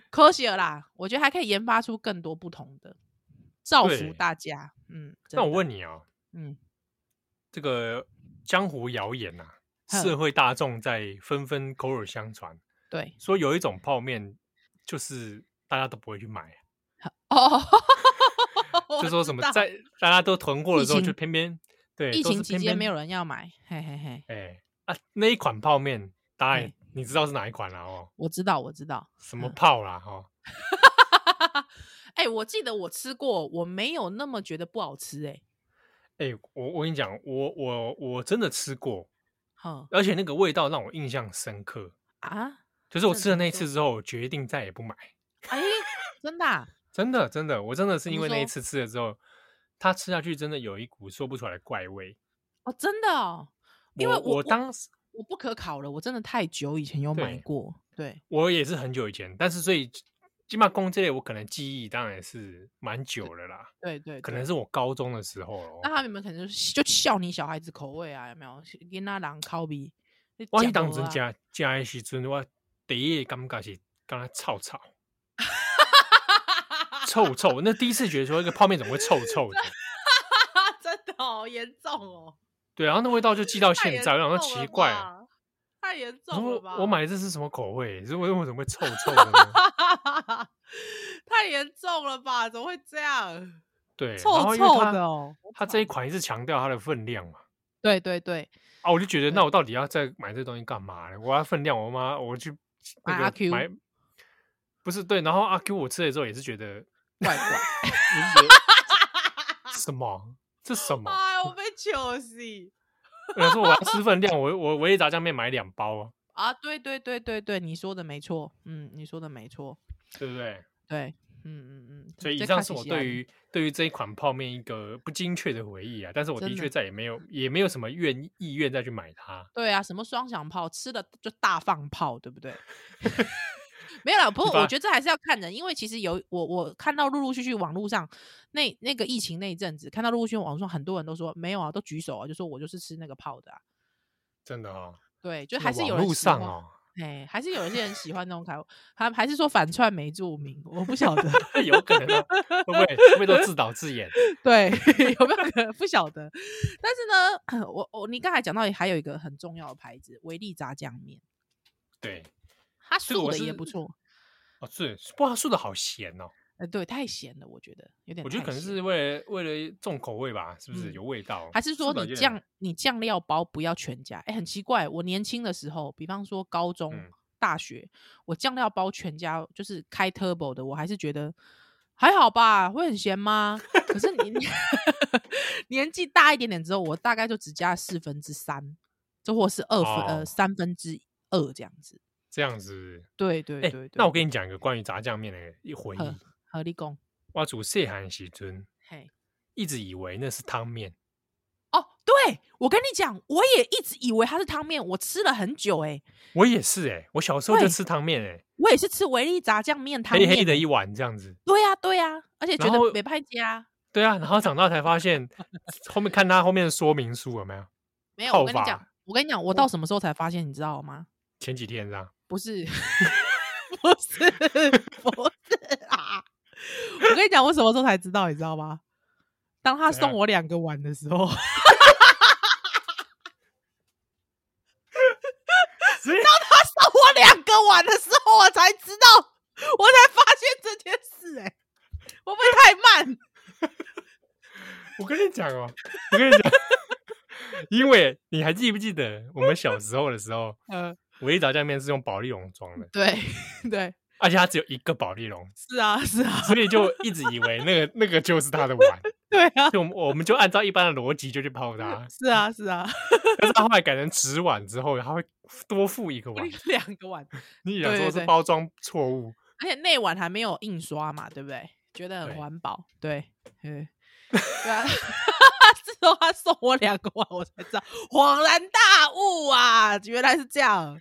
S3: 可惜了啦，我觉得还可以研发出更多不同的，造
S2: 对
S3: 福大家。嗯，真
S2: 那我
S3: 的，
S2: 问你哦，
S3: 嗯，
S2: 这个江湖谣言呐、啊，
S3: 哼
S2: 社会大众在纷纷口耳相传，
S3: 对，
S2: 说有一种泡面就是大家都不会去买，
S3: 哦，
S2: 就
S3: 我
S2: 说
S3: 知
S2: 什么
S3: 道
S2: 在大家都囤货了
S3: 疫
S2: 之后，就
S3: 情
S2: 偏偏对
S3: 疫
S2: 都
S3: 情
S2: 是
S3: 期
S2: 偏
S3: 间
S2: 偏
S3: 没有人要买，嘿嘿嘿，
S2: 哎啊那一款泡面，大家也
S3: 哎
S2: 你知道是哪一款啦哦，
S3: 我知道，我知道。
S2: 什么
S3: 嗯
S2: 泡啦哦，
S3: 哎、我记得我吃过，我没有那么觉得不好吃、哎，
S2: 哎我我跟你讲，我我我真的吃过，
S3: 哼
S2: 而且那个味道让我印象深刻，
S3: 啊，
S2: 就是我
S3: 那
S2: 吃了
S3: 怎么
S2: 那一
S3: 说
S2: 次之后，我决定再也不买。
S3: 哎、真的、啊，
S2: 真的，真的，我真的是
S3: 怎
S2: 因
S3: 么
S2: 为那一
S3: 哦说
S2: 次吃了之后，它吃下去真的有一股说不出来的怪味。
S3: 哦，真的哦，因为
S2: 我
S3: 我我
S2: 当时
S3: 我不可考了，我真的太久以前有买
S2: 对
S3: 过，对，
S2: 我也是很久以前，但是所以金马公这类我可能记忆当然是蛮久了啦，
S3: 对对
S2: 可
S3: 对
S2: 能是我高中的时候哦
S3: 那
S2: 咯。
S3: 他们可能就是就笑你小孩子口味啊，有没有？跟那狼靠比，你
S2: 我
S3: 吃
S2: 一当
S3: 无
S2: 真
S3: 啊
S2: 加加的时阵，我第一个感觉是刚才臭 臭臭臭，那第一次觉得说一个泡面怎么会臭臭的？
S3: 真的好严重哦，
S2: 对，然后那味道就记到
S3: 太
S2: 现
S3: 严
S2: 在，我想说
S3: 重
S2: 奇
S3: 了
S2: 怪，啊
S3: 吧，太严
S2: 我
S3: 重了吧
S2: 说？我买的这是什么口味？是为为什么会臭臭的呢？
S3: 太严重了吧？怎么会这样？
S2: 对，
S3: 臭
S2: 然后因为
S3: 臭
S2: 它
S3: 的哦我
S2: 它这一
S3: 操
S2: 款一直强调它的分量嘛，
S3: 对对对，
S2: 啊，我就觉得
S3: 对
S2: 那我到底要再买这东西干嘛呢？我要分量，我妈我去那
S3: 买阿
S2: 个
S3: Q
S2: 买，不是对，然后阿 Q 我吃了之后也是觉得，
S3: 怪 怪。
S2: 我就觉得什么这什么？
S3: 哎，我被糗死
S2: 我说我要吃分量，我我我也炸酱面买两包啊，
S3: 啊！对对对对对，你说的没错，嗯，你说的没错，
S2: 对不对？
S3: 对，嗯嗯嗯。
S2: 所以以
S3: 这
S2: 上
S3: 确
S2: 是
S3: 实
S2: 我
S3: 是安
S2: 对于对于这一款泡面一个不精确的回忆啊，但是我的
S3: 真的
S2: 确再也没有也没有什么愿意愿再去买它。
S3: 对啊，什么双响炮，吃的就大放炮，对不对？ 没有啦，不过
S2: 对
S3: 我觉得这还是要看人，因为其实有我我看到陆陆续续网络上那那个疫情那一阵子，看到陆陆续续网络上很多人都说没有啊，都举手啊，就说我就是吃那个炮的啊。
S2: 真的哦，
S3: 对，就还是有
S2: 网
S3: 人
S2: 路
S3: 喜
S2: 上
S3: 欢，
S2: 哦，
S3: 哎，还是有一些人喜欢那种口味，还还是说反串没注明，我不 晓得，
S2: 有可能啊，会不会会不会都自导自演？
S3: 对， 有没有可能不晓得？但是呢，我我你刚才讲到还有一个很重要的牌子，维力炸酱面，
S2: 对，
S3: 它
S2: 这个
S3: 素
S2: 我
S3: 的也
S2: 是
S3: 不错。
S2: 哦，是哇，素的好咸哦，
S3: 呃，对，太咸了，我觉得有点。
S2: 我觉得可能是，为了为了重口味吧，是不哦是
S3: 嗯
S2: 有味道？
S3: 还是说
S2: 素的
S3: 你
S2: 有点
S3: 酱你酱料包不要全加？哎，很奇怪，我年轻的时候，比方说高中、
S2: 嗯
S3: 大学，我酱料包全加，就是开 turbo 的，我还是觉得还好吧，会很咸吗？可是 你年纪大一点点之后，我大概就只加四分之三，就或是二分、
S2: 哦
S3: 呃三分之二这样子。
S2: 这样子？
S3: 对对
S2: 哎
S3: 对对，，
S2: 那我
S3: 你
S2: 跟你讲一个关于炸酱面的一回
S3: 呵
S2: 忆。
S3: 合力工，
S2: 哇，煮细汉的时尊
S3: 嘿。
S2: 一直以为那是汤面，
S3: 哦，对，我跟你讲，我也一直以为它是汤面，我吃了很久哎、
S2: 我也是哎、我小时候就
S3: 对
S2: 吃汤面哎，
S3: 我也是吃维力炸酱面汤
S2: 黑
S3: 面、
S2: 黑的
S3: 欸
S2: 一碗这样子。
S3: 对呀、对呀、而且觉
S2: 然后
S3: 得没派家。
S2: 对啊，然后长大才发现，后面看他后面的说明书有没有？
S3: 没有，
S2: 泡
S3: 我跟你讲
S2: 法，嗯
S3: 我跟你讲，我到什么时候才发现，你知道吗？
S2: 前几天这样，
S3: 不 是，不是，不是啊！我跟你讲，我什么时候才知道，你知道吗？当他
S2: 怎样
S3: 送我两个碗的时候，
S2: 所以
S3: 他送我两个碗的时候，我才知道，我才发现这件事、欸。哎，会不会太慢？
S2: 我跟你讲哦，我跟你讲， 因为你还记不记得我们小时候的时候，
S3: 呃，
S2: 唯一炸酱面是用保丽龙装的，
S3: 对 对，
S2: 而且它只有一个保丽龙，
S3: 是啊是啊，
S2: 所以就一直以为那个那个就是它的碗，
S3: 对啊
S2: 就我们我们就按照一般的逻辑就去泡它，
S3: 是啊是啊，
S2: 但是它后来改成纸碗之后，它会多附一个
S3: 我
S2: 碗，
S3: 两个碗，
S2: 你想
S3: 对
S2: 说
S3: 对
S2: 是
S3: 对
S2: 包装错误，
S3: 而且内碗还没有印刷嘛，对不对？觉得
S2: 对
S3: 很环保，对，嗯，对啊。 之后他送我两个碗，我才知道恍然大悟啊，原来是这样。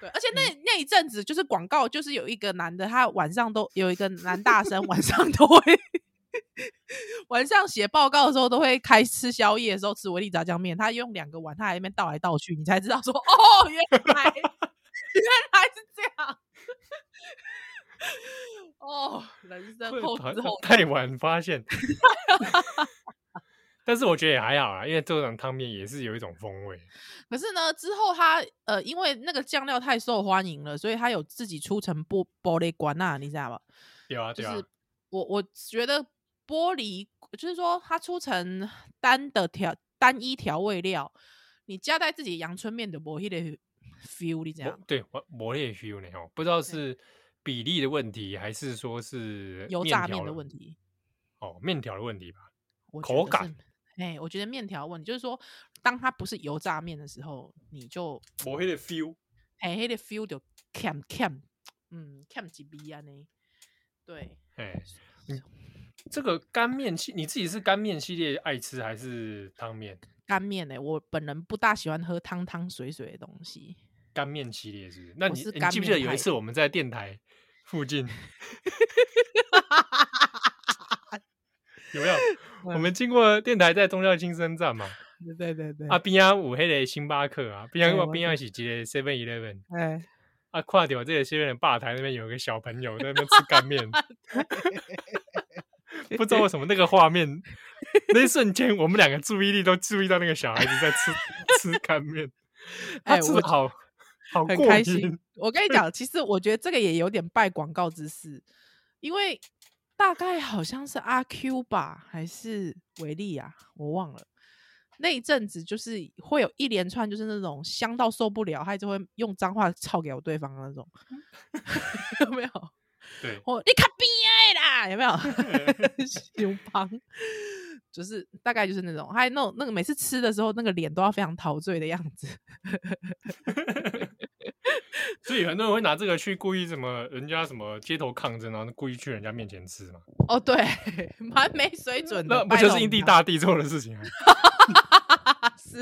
S3: 对，而且那、那一阵子就是广告，就是有一个男的，他晚上都有一个男大生， 晚上都会晚上写报告的时候都会开吃宵夜的时候吃维力炸酱面，他用两个碗，他还在那边倒来倒去，你才知道说哦，原来原来是这样。哦，人生
S2: 会
S3: 后
S2: 好
S3: 之后
S2: 太晚发现。但但是我觉得也还好啊啦，因为这种汤面也是有一种风味。
S3: 可是呢，之后他呃，因为那个酱料太受欢迎了，所以他有自己出成玻玻璃罐啊，你知道吧？
S2: 对啊，对
S3: 就
S2: 啊
S3: 是，我我觉得玻璃就是说它出成单的调单一调味料，你加在自己阳春面的薄迄个 feel，你这
S2: 我
S3: 样
S2: 对我我也 feel 呢哦，不知道是比例的问题，还是说是
S3: 油炸
S2: 条
S3: 面的
S2: 了
S3: 问题，
S2: 哦，面条的问题吧。
S3: 我
S2: 口
S3: 觉得是
S2: 感。
S3: 哎、我觉得面条问题就是说，当它不是油炸面的时候，你就
S2: 我黑的 feel，
S3: 哎，迄、个 feel 就欠欠，嗯，欠几味安尼。对，
S2: 哎，你这个干面系你自己是干面系列爱吃还是汤面？
S3: 干面呢、我本人不大喜欢喝汤汤水水的东西。
S2: 干面系列是不是？那
S3: 我
S2: 你
S3: 是
S2: 你
S3: 干
S2: 记不记
S3: 面
S2: 得有
S3: 派
S2: 一次我们在电台附 近有没有？
S3: 嗯
S2: 我们经过电台在宗教新生站嘛，
S3: 对对对
S2: 啊，边啊有迄个星巴克啊，边
S3: 哎
S2: 啊
S3: 嗯我
S2: 边啊是一个 Seven Eleven
S3: 哎、
S2: 啊，跨掉这个 Seven 的吧台那边有一个小朋友在那边吃干 面，不知道为什么那个画面，那一瞬间我们两个注意力都注意到那个小孩子在吃吃干面，他
S3: 哎
S2: 吃
S3: 我
S2: 的好好
S3: 很
S2: 过
S3: 开
S2: 瘾
S3: 心，。我跟你讲，其实我觉得这个也有点拜广告之势，因为大概好像是阿 Q 吧，还是维利啊，我忘了。那一阵子就是会有一连串，就是那种香到受不了，他就会用脏话操给我对方的那种， 有没有？
S2: 对，
S3: 我你看边的啦，有没 有？熊帮，就是大概就是那种，还有那种那个每次吃的时候，那个脸都要非常陶醉的样子。
S2: 所以很多人会拿这个去故意什么人家什么街头抗争，然后故意去人家面前吃嘛，
S3: 哦，对， 蛮没水准的，
S2: 那不
S3: 拜
S2: 就是
S3: 托
S2: 印地
S3: 你
S2: 大帝做的事情啊？
S3: 啊？ 是，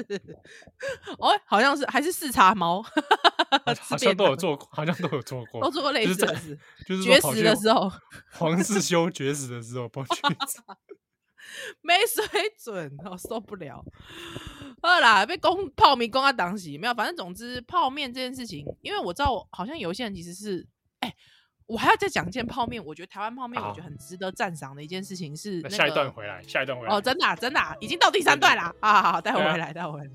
S3: 哦，好像是还是四叉猫，
S2: 好
S3: 吃
S2: 好像
S3: 便
S2: 都有
S3: 当
S2: 做过，好像都有做过，
S3: 都做过类
S2: 就是
S3: 似的
S2: 在
S3: 事。
S2: 就是说
S3: 哦绝
S2: 跑
S3: 食
S2: 去
S3: 的 时候
S2: 黄世修绝食的时候跑 去吃
S3: 没水准，我、受不了。好啦，被公泡面公啊挡洗没有，反正总之泡面这件事情，因为我知道我好像有一些人其实是，哎、我还要再讲一件泡面，我觉得台湾泡面我
S2: 好
S3: 觉得很值得赞赏的一件事情是、那
S2: 那
S3: 个、
S2: 下一段回来，下一段回来。
S3: 哦，真的啊、真的啊、已经到第三段啦，好好好好，待会
S2: 对啊
S3: 回来，待会回来。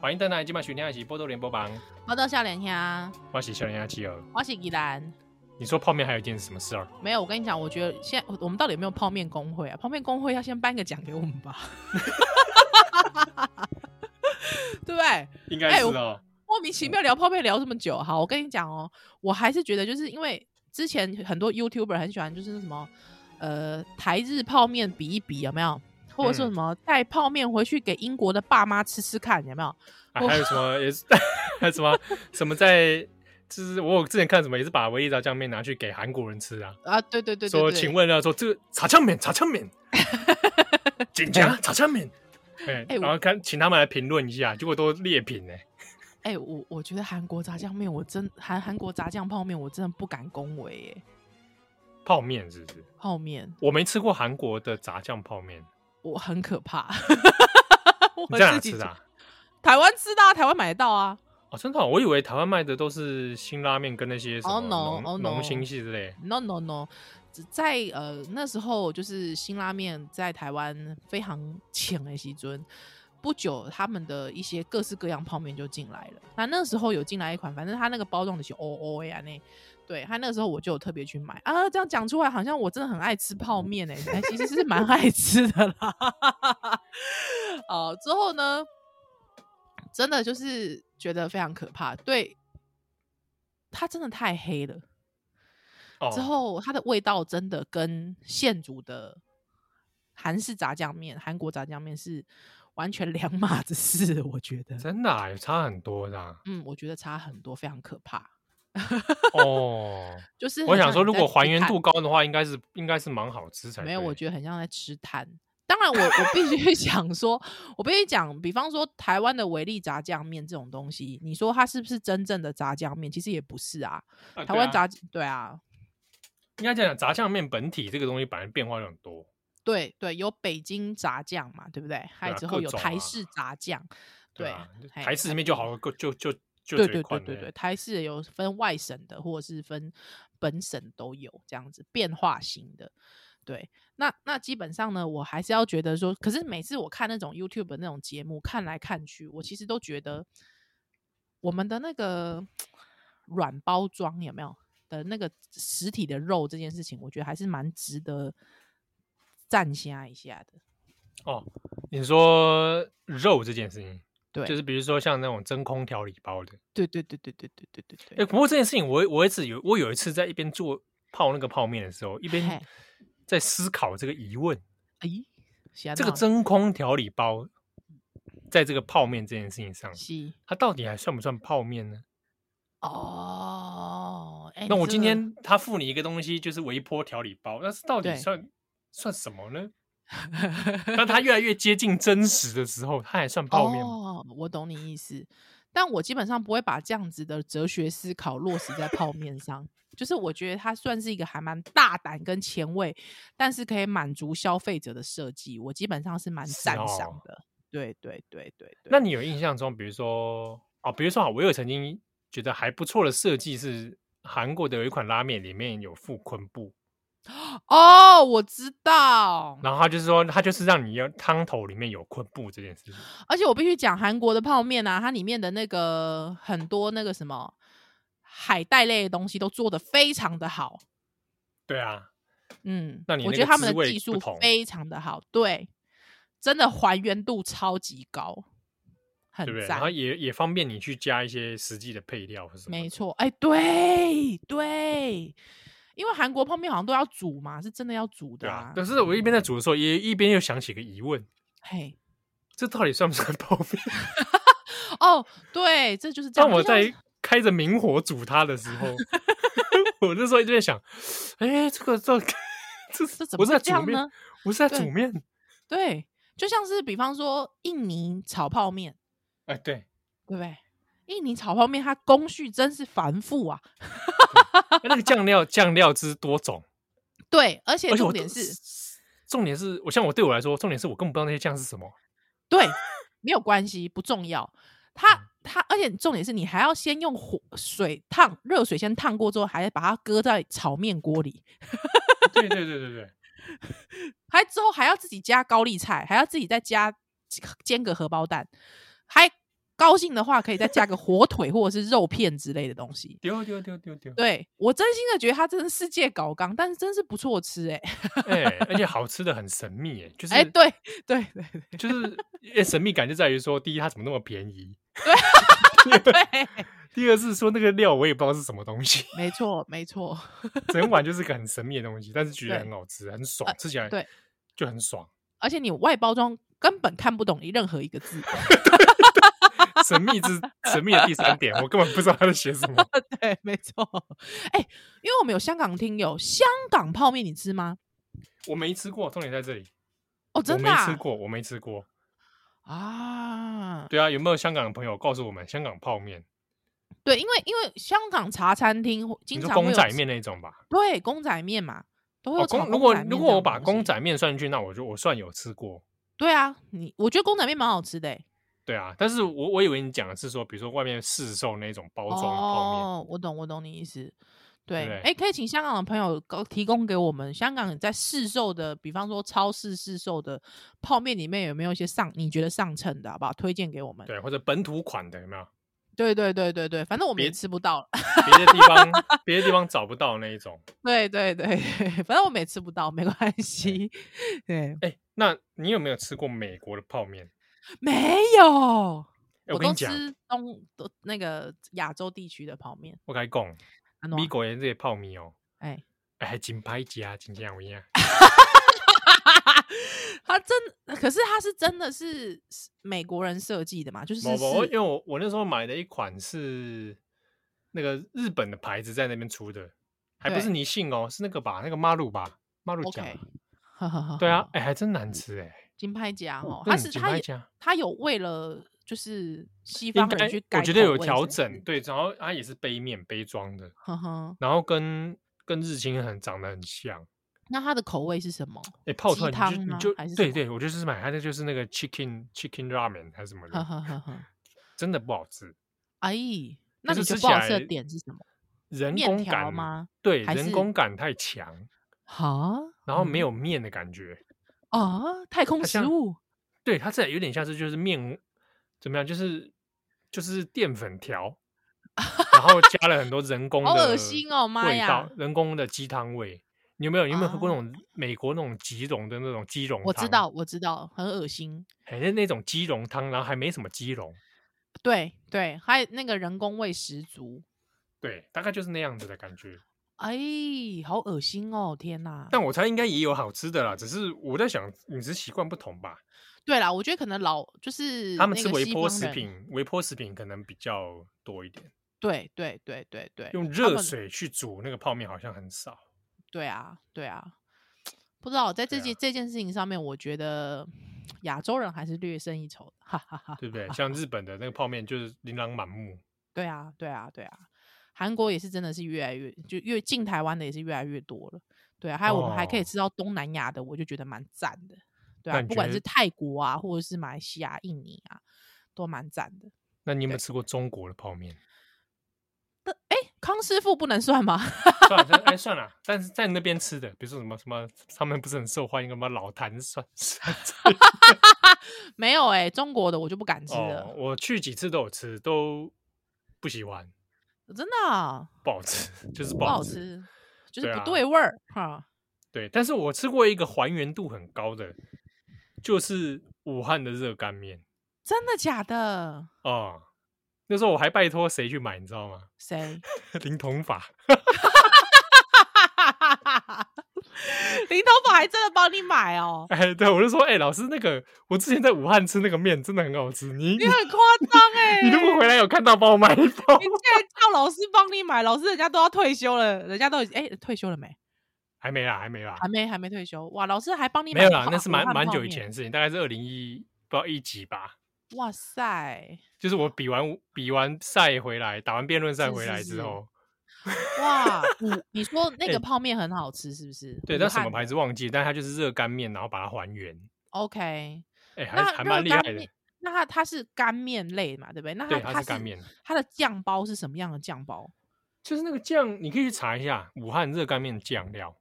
S2: 欢迎登来，今晚巡天一起波多联播榜，
S3: 我到笑脸呀，
S2: 我是小林阿基尔。
S3: 我是宜兰。
S2: 你说泡面还有一件什么事儿？啊
S3: 没有，我跟你讲，我觉得现在我们到底有没有泡面工会啊？泡面工会要先颁个奖给我们吧， 对不对？
S2: 应该
S3: 哎
S2: 是
S3: 我
S2: 哦，
S3: 莫名其妙聊泡面聊这么久，好，我跟你讲哦，我还是觉得就是因为之前很多 YouTuber 很喜欢就是那什么呃台日泡面比一比有没有，或者说
S2: 嗯
S3: 什么带泡面回去给英国的爸妈吃吃看有没有？
S2: 啊
S3: 哎我
S2: 还有什么也是，还有什么什么在，就是我有之前看什么也是把维力炸酱面拿去给韩国人吃啊，
S3: 啊，对对对对
S2: 说
S3: 对
S2: 请问啊，说这个炸酱面，炸酱 面，锦夹炸酱面，哎，
S3: 哎我
S2: 然后看请他们来评论一下，结果都劣评哎，
S3: 哎、我我觉得韩国炸酱面，我真韩韩国炸酱泡面，我真的不敢恭维耶、
S2: 泡面是不是？
S3: 泡面
S2: 我没吃过韩国的炸酱泡面，
S3: 我很可怕。
S2: 你
S3: 我
S2: 在哪
S3: 自己
S2: 吃的
S3: 觉
S2: 啊？
S3: 台湾吃的、啊，台湾买得到啊。
S2: 哦，真的哦、我以为台湾卖的都是辛拉面跟那些什么
S3: 哦，no，
S2: 浓
S3: 哦
S2: 浓、
S3: no
S2: 心系之类。
S3: No no no，只在呃那时候就是辛拉面在台湾非常浅的时尊，不久他们的一些各式各样泡面就进来了。那那时候有进来一款，反正它那个包装的是 O O 呀那，对，它那时候我就有特别去买啊。这样讲出来好像我真的很爱吃泡面哎、欸，其实是蛮爱吃的啦。哦，之后呢，真的就是觉得非常可怕，对，它真的太黑了。
S2: 哦，
S3: 之后它的味道真的跟现煮的韩式炸酱面、韩国炸酱面是完全 两码子事，我觉得。
S2: 真的、啊、有差很多的 啊、
S3: 嗯，我觉得差很多，非常可怕。
S2: 哦。
S3: 就是
S2: 我
S3: 很
S2: 想
S3: 像
S2: 说，
S3: 你
S2: 如
S3: 在
S2: 果
S3: 吃
S2: 还原
S3: 碳
S2: 度高的话，应该是应该是蛮好吃才
S3: 没有，我
S2: 对
S3: 觉得很像在吃碳。当然我，我必须 讲说，我必须讲，比方说台湾的维力炸酱面这种东西，你说它是不是真正的炸酱面？其实也不是啊。
S2: 啊
S3: 台
S2: 对
S3: 湾
S2: 啊
S3: 炸对啊，
S2: 应该这样讲，炸酱面本体这个东西本来变化就很多。
S3: 对对，有北京炸酱嘛，对不对？还有
S2: 啊
S3: 之
S2: 各
S3: 后有
S2: 种
S3: 台
S2: 啊
S3: 式炸酱，
S2: 对
S3: 对
S2: 啊，
S3: 嘿
S2: 台式里面就好，就就就
S3: 对
S2: 这一
S3: 对
S2: 款
S3: 对对
S2: 了
S3: 对，台式有分外省的，或者是分本省都有这样子变化型的。对，那那基本上呢，我还是要觉得说，可是每次我看那种 YouTube 的那种节目，看来看去，我其实都觉得我们的那个软包装有没有的那个实体的肉这件事情，我觉得还是蛮值得赞下一下的。
S2: 哦，你说肉这件事情，
S3: 对，
S2: 就是比如说像那种真空调理包的。
S3: 对对对对对对对对对
S2: 哎、不过这件事情我，我一直有我有一次在一边做泡那个泡面的时候，一边
S3: 嘿
S2: 在思考这个疑问：
S3: 咦，是怎
S2: 这个
S3: 样
S2: 真空调理包在这个泡面这件事情上，
S3: 是
S2: 它到底还算不算泡面呢？
S3: 哦，哎，
S2: 那
S3: 你
S2: 我
S3: 这
S2: 今
S3: 个
S2: 天他付你一个东西，就是微波调理包，那是到底
S3: 对
S2: 算算什么 呢？当它越来越接近真实的时候，它还算泡面吗？
S3: 哦，我懂你意思，但我基本上不会把这样子的哲学思考落实在泡面上。就是我觉得它算是一个还蛮大胆跟前卫，但是可以满足消费者的设计，我基本上是蛮
S2: 是
S3: 赞
S2: 哦
S3: 赏的。对对对对对，
S2: 那你有印象中，比如说哦，比如说啊，我有曾经觉得还不错的设计是韩国的有一款拉面，里面有附昆布，
S3: 哦，我知道，
S2: 然后他就是说，他就是让你要汤头里面有昆布这件事情。
S3: 而且我必须讲韩国的泡面啊，它里面的那个很多那个什么海带类的东西都做的非常的好。
S2: 对啊，
S3: 嗯，
S2: 那你
S3: 我
S2: 那
S3: 觉得
S2: 个
S3: 他
S2: 滋
S3: 们的
S2: 味
S3: 技
S2: 不
S3: 术
S2: 同
S3: 非常的好，对，真的还原度超级高，很
S2: 对不对？然
S3: 赞
S2: 后，也也方便你去加一些实际的配料或什么的。
S3: 没错，哎，对对，因为韩国泡面好像都要煮嘛，是真的要煮
S2: 对
S3: 的
S2: 啊
S3: 啊，，
S2: 但是我一边在煮的时候，也一边又想起个疑问：
S3: 嘿，
S2: 这到底算不算泡面？
S3: 哦，对，这就是这
S2: 当
S3: 样，
S2: 我
S3: 就像
S2: 在开着明火煮它的时 候，我那时候就在想，哎、这个这 这
S3: 这怎
S2: 我
S3: 么
S2: 是在
S3: 会这
S2: 煮
S3: 样
S2: 面
S3: 呢？？
S2: 我是在
S3: 对
S2: 煮面。
S3: 对，就像是比方说印尼炒泡面，
S2: 哎， 对，
S3: 对不对？印尼炒泡面它工序真是繁复啊，
S2: 哎那个酱料酱料之多种，
S3: 对，而且
S2: 而且我
S3: 重点
S2: 都
S3: 是，
S2: 重点是我像我对我来说，重点是我根本不知道那些酱是什 么。
S3: 对，没有关系，不重要。
S2: 嗯
S3: 它它，而且重点是你还要先用火水烫热水先烫过之后，还把它搁在炒面锅里，
S2: 对对对对对，
S3: 还之后还要自己加高丽菜，还要自己再加煎个荷包蛋，还高兴的话可以再加个火腿或者是肉片之类的东西。
S2: 丢丢丢丢丢，
S3: 对我真心的觉得它真是世界搞纲，但是真是不错吃哎、欸、
S2: 哎，而且好吃的很神秘，哎，就是
S3: 哎、对对对
S2: 就是哎神秘感就在于说，第一它怎么那么便宜，
S3: 对对，
S2: 第二是说那个料我也不知道是什么东西，
S3: 没错没错，
S2: 整碗就是个很神秘的东西，但是觉得
S3: 对呃
S2: 很好吃，很爽，吃起来
S3: 对
S2: 就很爽，
S3: 而且你外包装根本看不懂你任何一个字。
S2: 神秘 之神秘的第三点，我根本不知道他在写什么。
S3: 对，没错。哎、因为我们有香港听友，香港泡面你吃吗？
S2: 我没吃过，重点在这里，
S3: 哦，
S2: 我
S3: 真的、
S2: 没
S3: 啊、
S2: 吃过，我没吃过。
S3: 啊？
S2: 对啊，有没有香港的朋友告诉我们香港泡面？
S3: 对，因为因为香港茶餐厅会
S2: 你
S3: 经
S2: 说
S3: 常会
S2: 公
S3: 有
S2: 仔，面那种吧？
S3: 对，公仔面嘛，都会
S2: 哦，
S3: 有炒
S2: 公如果
S3: 仔面
S2: 如
S3: 这
S2: 果我
S3: 种
S2: 把
S3: 东
S2: 公
S3: 西，
S2: 仔面算进去，那我就我算有吃过。
S3: 对啊，你我觉得公仔面蛮好吃的、欸，
S2: 对啊，但是我我以为你讲的是说，比如说外面市售那种包装的泡面，
S3: 哦，我懂，我懂你意思。对，
S2: 对
S3: 哎、可以请香港的朋友告提供给我们香港在市售的，比方说超市市售的泡面里面有没有一些上你觉得上乘的，好不好？推荐给我们。
S2: 对，或者本土款的有没有？
S3: 对对对对对，反正我们也
S2: 别
S3: 吃不到。
S2: 别的地方别的地方找不到那一种。
S3: 对对对对，反正我们也吃不到，没关系。对，
S2: 哎、那你有没有吃过美国的泡面？
S3: 没有，
S2: 哎我跟
S3: 都
S2: 你讲，
S3: 吃东都那个亚洲地区的泡面。
S2: 我跟你讲，
S3: 啊
S2: 美国的这些泡面哦、
S3: 哎，
S2: 哎，还真歹食，真正有影。
S3: 他真，可是他是真的是是美国人设计的嘛？就是
S2: 某
S3: 是
S2: 某，因为我我那时候买的一款是那个日本的牌子在那边出的，还不是
S3: 对
S2: 尼信哦、是那个吧，那个马鲁吧，马鲁酱。
S3: OK，呵呵呵
S2: 对啊
S3: 呵，
S2: 哎、还真难吃哎、
S3: 金牌夹哦，
S2: 嗯
S3: 他是
S2: 金
S3: 他
S2: 牌
S3: 也
S2: 夹
S3: 他有为了就是西
S2: 应
S3: 方人
S2: 该
S3: 去改，
S2: 我觉得
S3: 口
S2: 有
S3: 味
S2: 调
S3: 是不
S2: 整，
S3: 是，
S2: 对，然后它也是杯面杯装的，
S3: 呵呵。
S2: 然后跟跟日清很长得很像。
S3: 那它的口味是什么？
S2: 哎、泡
S3: 鸡
S2: 出来
S3: 汤
S2: 你就
S3: 吗
S2: 你就
S3: 还是什
S2: 对
S3: 么
S2: 对，我就是买它的就是那个 chicken chicken ramen 还是什么
S3: 呵
S2: 的，
S3: 呵呵呵，
S2: 真的不好吃。
S3: 哎，那
S2: 是
S3: 你觉
S2: 吃
S3: 得
S2: 起
S3: 不好吃的
S2: 来
S3: 点是什么？
S2: 人
S3: 面
S2: 工
S3: 条
S2: 感
S3: 吗？
S2: 对，
S3: 还
S2: 人
S3: 是
S2: 工感太强，
S3: 哈，
S2: 然后没
S3: 嗯
S2: 有面的感觉。
S3: 啊，太空
S2: 它
S3: 食
S2: 像
S3: 物
S2: 对，它这有点像是就是面怎么样，就是就是淀粉 条，然后加了很多人工的
S3: 好恶心哦妈
S2: 味
S3: 呀
S2: 道人工的鸡汤味。你有没有你有没有喝过
S3: 啊
S2: 那种美国那种吉隆的那种鸡茸汤？
S3: 我知道，，我知道，很恶心。
S2: 还是那种鸡茸汤，然后还没什么鸡茸，
S3: 对对，还有那个人工味十足，
S2: 对，大概就是那样子的感觉。
S3: 哎，好恶心哦！天哪！
S2: 但我猜应该也有好吃的啦，只是我在想饮食习惯不同吧，
S3: 对啦，我觉得可能老就是
S2: 他们
S3: 那
S2: 吃
S3: 个
S2: 微
S3: 西
S2: 波
S3: 方
S2: 食
S3: 人，
S2: 品，微波食品可能比较多一点，
S3: 对对对对对，
S2: 用
S3: 他
S2: 热
S3: 们
S2: 水去煮那个泡面好像很少。
S3: 对啊，对啊，不知道在这
S2: 对啊
S3: 件、这件事情上面，我觉得 亚洲人还是略胜一筹的，哈哈哈。
S2: 对不 对？像日本的那个泡面就是琳琅满目，
S3: 对啊，对啊，对啊，韩国也是真的是越来越就越进台湾的也是越来越多了，对啊，还有我们还可以
S2: 哦
S3: 吃到东南亚的，我就觉得蛮赞的，对
S2: 那
S3: 啊，
S2: 你
S3: 不
S2: 觉
S3: 管
S2: 得
S3: 是泰国啊，或者是马来西亚、印尼啊，都蛮赞的。
S2: 那你有没有
S3: 对
S2: 吃过中国的泡 面？
S3: 康师傅不能算吗？
S2: 算了，算了哎，算了。但是在那边吃的，比如说什么什么，他们不是很受欢迎，什么老坛酸酸 菜
S3: 没有哎、中国的我就不敢吃了，
S2: 哦，我去几次都有吃，都不喜欢，
S3: 真的啊、
S2: 不好吃，就是
S3: 不
S2: 哦不
S3: 好
S2: 好吃。
S3: 吃，就是
S2: 对
S3: 不
S2: 啊
S3: 对味儿哈、
S2: 对，但是我吃过一个还原度很高的，就是武汉的热干面
S3: 真的假的？
S2: 哦。那时候我还拜托谁去买，你知道吗？
S3: 谁？
S2: 林同法，
S3: 林头发还真的帮你 买哦，
S2: 哎，对我就说，哎，老师，那个我之前在武汉吃那个面真的很好吃，你
S3: 你很夸张哎！
S2: 你如果回来有看到，帮我买一包
S3: 你。竟然叫老师帮你买，老师人家都要退休了，人家都已经哎、退休了没？
S2: 还没啦，还没啦，
S3: 还没还没退休哇！老师还帮你买
S2: 没有啦
S3: 泡，
S2: 那是
S3: 武
S2: 蛮
S3: 汉
S2: 蛮
S3: 泡
S2: 久以
S3: 面
S2: 前的事情，大概是二零一不知道一几吧。
S3: 哇塞
S2: 就是我比完比完赛回来，打完辩论赛
S3: 是
S2: 回
S3: 是
S2: 来
S3: 是
S2: 之后，
S3: 哇！武你说那个
S2: 哎
S3: 泡面很好吃是不是？
S2: 对，
S3: 武
S2: 但什
S3: 汉
S2: 么
S3: 的
S2: 牌子忘记，但它就是热干面，然后把它还原，
S3: ？OK，
S2: 哎，
S3: 那
S2: 还还
S3: 热
S2: 蛮厉害
S3: 干
S2: 的
S3: 面。那它它是干面类嘛，对不对？那它
S2: 对，它
S3: 它
S2: 是干面，
S3: 它的酱包是什么样的酱包？
S2: 就是那个酱，你可以去查一下武汉热干面的酱料，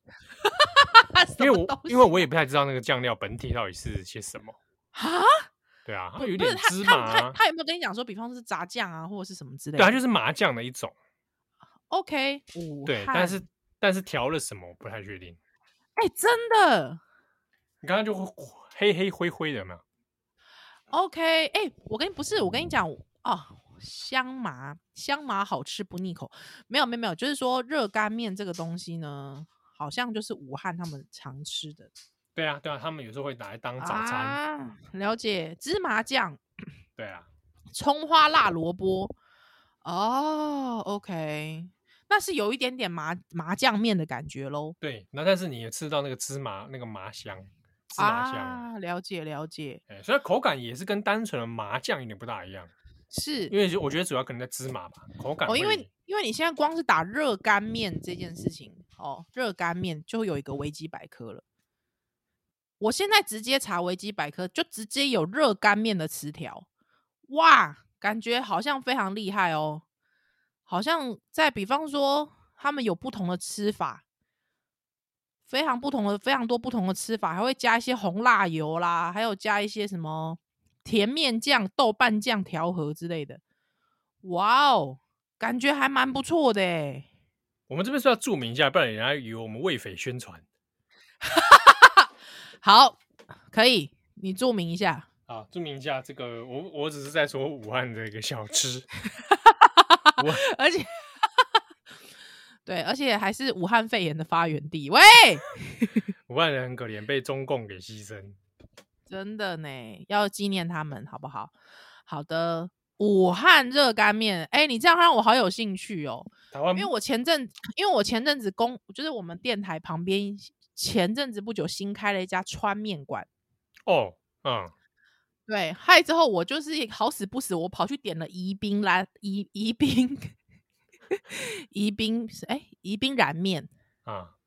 S3: 什
S2: 因为
S3: 么
S2: 我
S3: 东
S2: 因为
S3: 西
S2: 我也不太知道那个酱料本体到底是些什么。
S3: 啊，
S2: 对啊，它
S3: 不
S2: 有
S3: 不是
S2: 点
S3: 他
S2: 芝麻
S3: 他他
S2: 啊，
S3: 他有没有跟你讲说，比方是炸酱啊，或者是什么之类
S2: 对，
S3: 的？
S2: 它就是麻酱的一种，
S3: OK，武
S2: 对，
S3: 汉
S2: 但是但是调了什么我不太确定。
S3: 哎、真的
S2: 你刚刚就会黑黑灰灰的嘛，
S3: OK，哎、我跟你不是，我跟你讲哦，香麻香麻好吃不腻口，没有没有没有，就是说热干面这个东西呢，好像就是武汉他们常吃的
S2: 对啊，对啊，他们有时候会拿来当早餐。
S3: 啊，了解芝麻酱、
S2: 对啊，
S3: 葱花辣萝卜，哦，OK，那是有一点点麻麻酱面的感觉喽。
S2: 对。那但是你也吃到那个芝麻那个麻香，芝麻香，
S3: 啊，了解了解，
S2: 哎、所以口感也是跟单纯的麻酱有点不大一样，
S3: 是
S2: 因为就我觉得主要可能在芝麻吧，口感
S3: 哦，
S2: 会。
S3: 因为因为你现在光是打热干面这件事情，哦，热干面就有一个维基百科了。我现在直接查维基百科，就直接有热干面的词条。哇，感觉好像非常厉害哦，好像在比方说他们有不同的吃法，非常不同的非常多不同的吃法，还会加一些红辣油啦，还有加一些什么甜面酱、豆瓣酱调和之类的。哇哦，感觉还蛮不错的欸诶。
S2: 我们这边是要注明一下，不然人家以为我们为匪宣传
S3: 好，可以，你注明一下。
S2: 啊。注明一下，这个我我只是在说武汉的一个小吃，
S3: 而且，对，而且还是武汉肺炎的发源地。喂，
S2: 武汉人很可怜，被中共给牺牲。
S3: 真的呢，要纪念他们，好不好？好的，武汉热干面。哎，你这样让我好有兴趣哦，
S2: 台湾
S3: 因为我前阵，因为我前阵子公，就是我们电台旁边前阵子不久新开了一家川面馆。
S2: 哦，嗯，
S3: 对，嗨之后我就是好死不死，我跑去点了宜宾拉宜宜宾 宜宾哎宜宾燃面，
S2: 啊，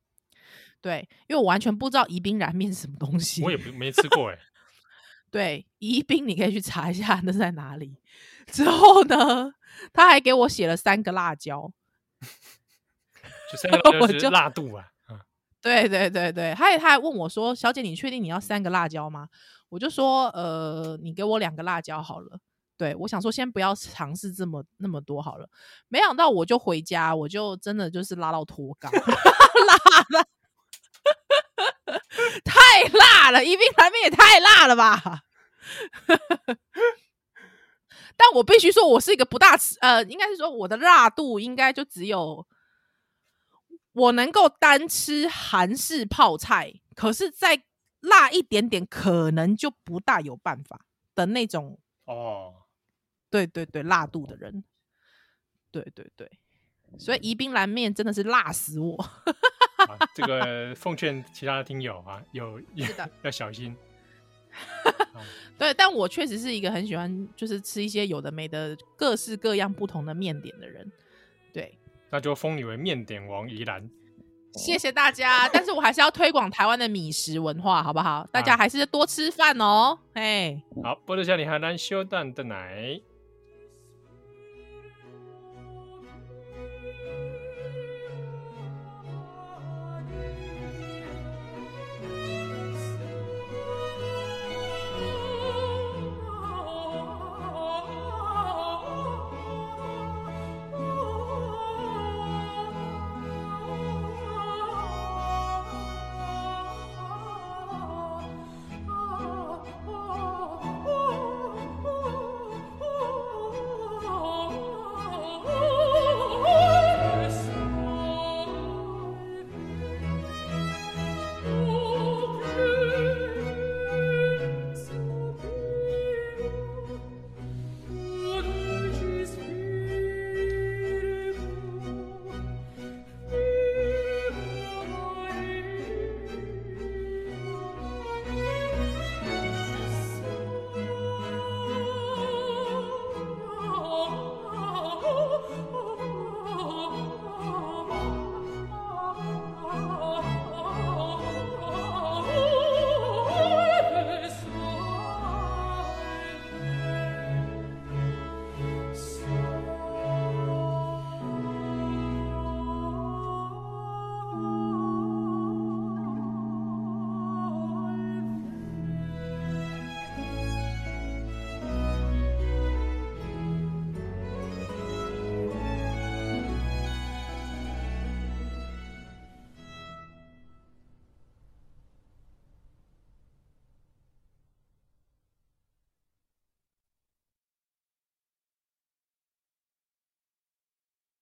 S3: 对，因为我完全不知道宜宾燃面是什么东西。
S2: 我也不没吃过哎、
S3: 对宜宾，你可以去查一下那是在哪里。之后呢，他还给我写了三个辣椒。
S2: 就三个辣椒
S3: 我
S2: 就是
S3: 就
S2: 辣度啊，啊
S3: 对对对对，他也他还问我说：“小姐，你确定你要三个辣椒吗？”我就说：“呃，你给我两个辣椒好了。”对，我想说先不要尝试这么那么多好了。没想到我就回家，我就真的就是拉到脱 肛，辣了，太辣了，宜宾拉面也太辣了吧！ 但我必须说，我是一个不大吃，呃，应该是说我的辣度应该就只有我能够单吃韩式泡菜，可是再辣一点点，可能就不大有办法的那种。
S2: 哦，
S3: 对对对，辣度的人，对对对，所以宜宾蓝面真的是辣死我。
S2: 啊这个奉劝其他的听友啊，有有
S3: 的
S2: 要小心。
S3: 对，但我确实是一个很喜欢就是吃一些有的没的、各式各样不同的面点的人。对，
S2: 那就封你为面点王宜兰，
S3: 谢谢大家，但是我还是要推广台湾的米食文化，好不好？大家还是多吃饭哦，哎、
S2: 好，波多小女孩，咱修蛋的奶。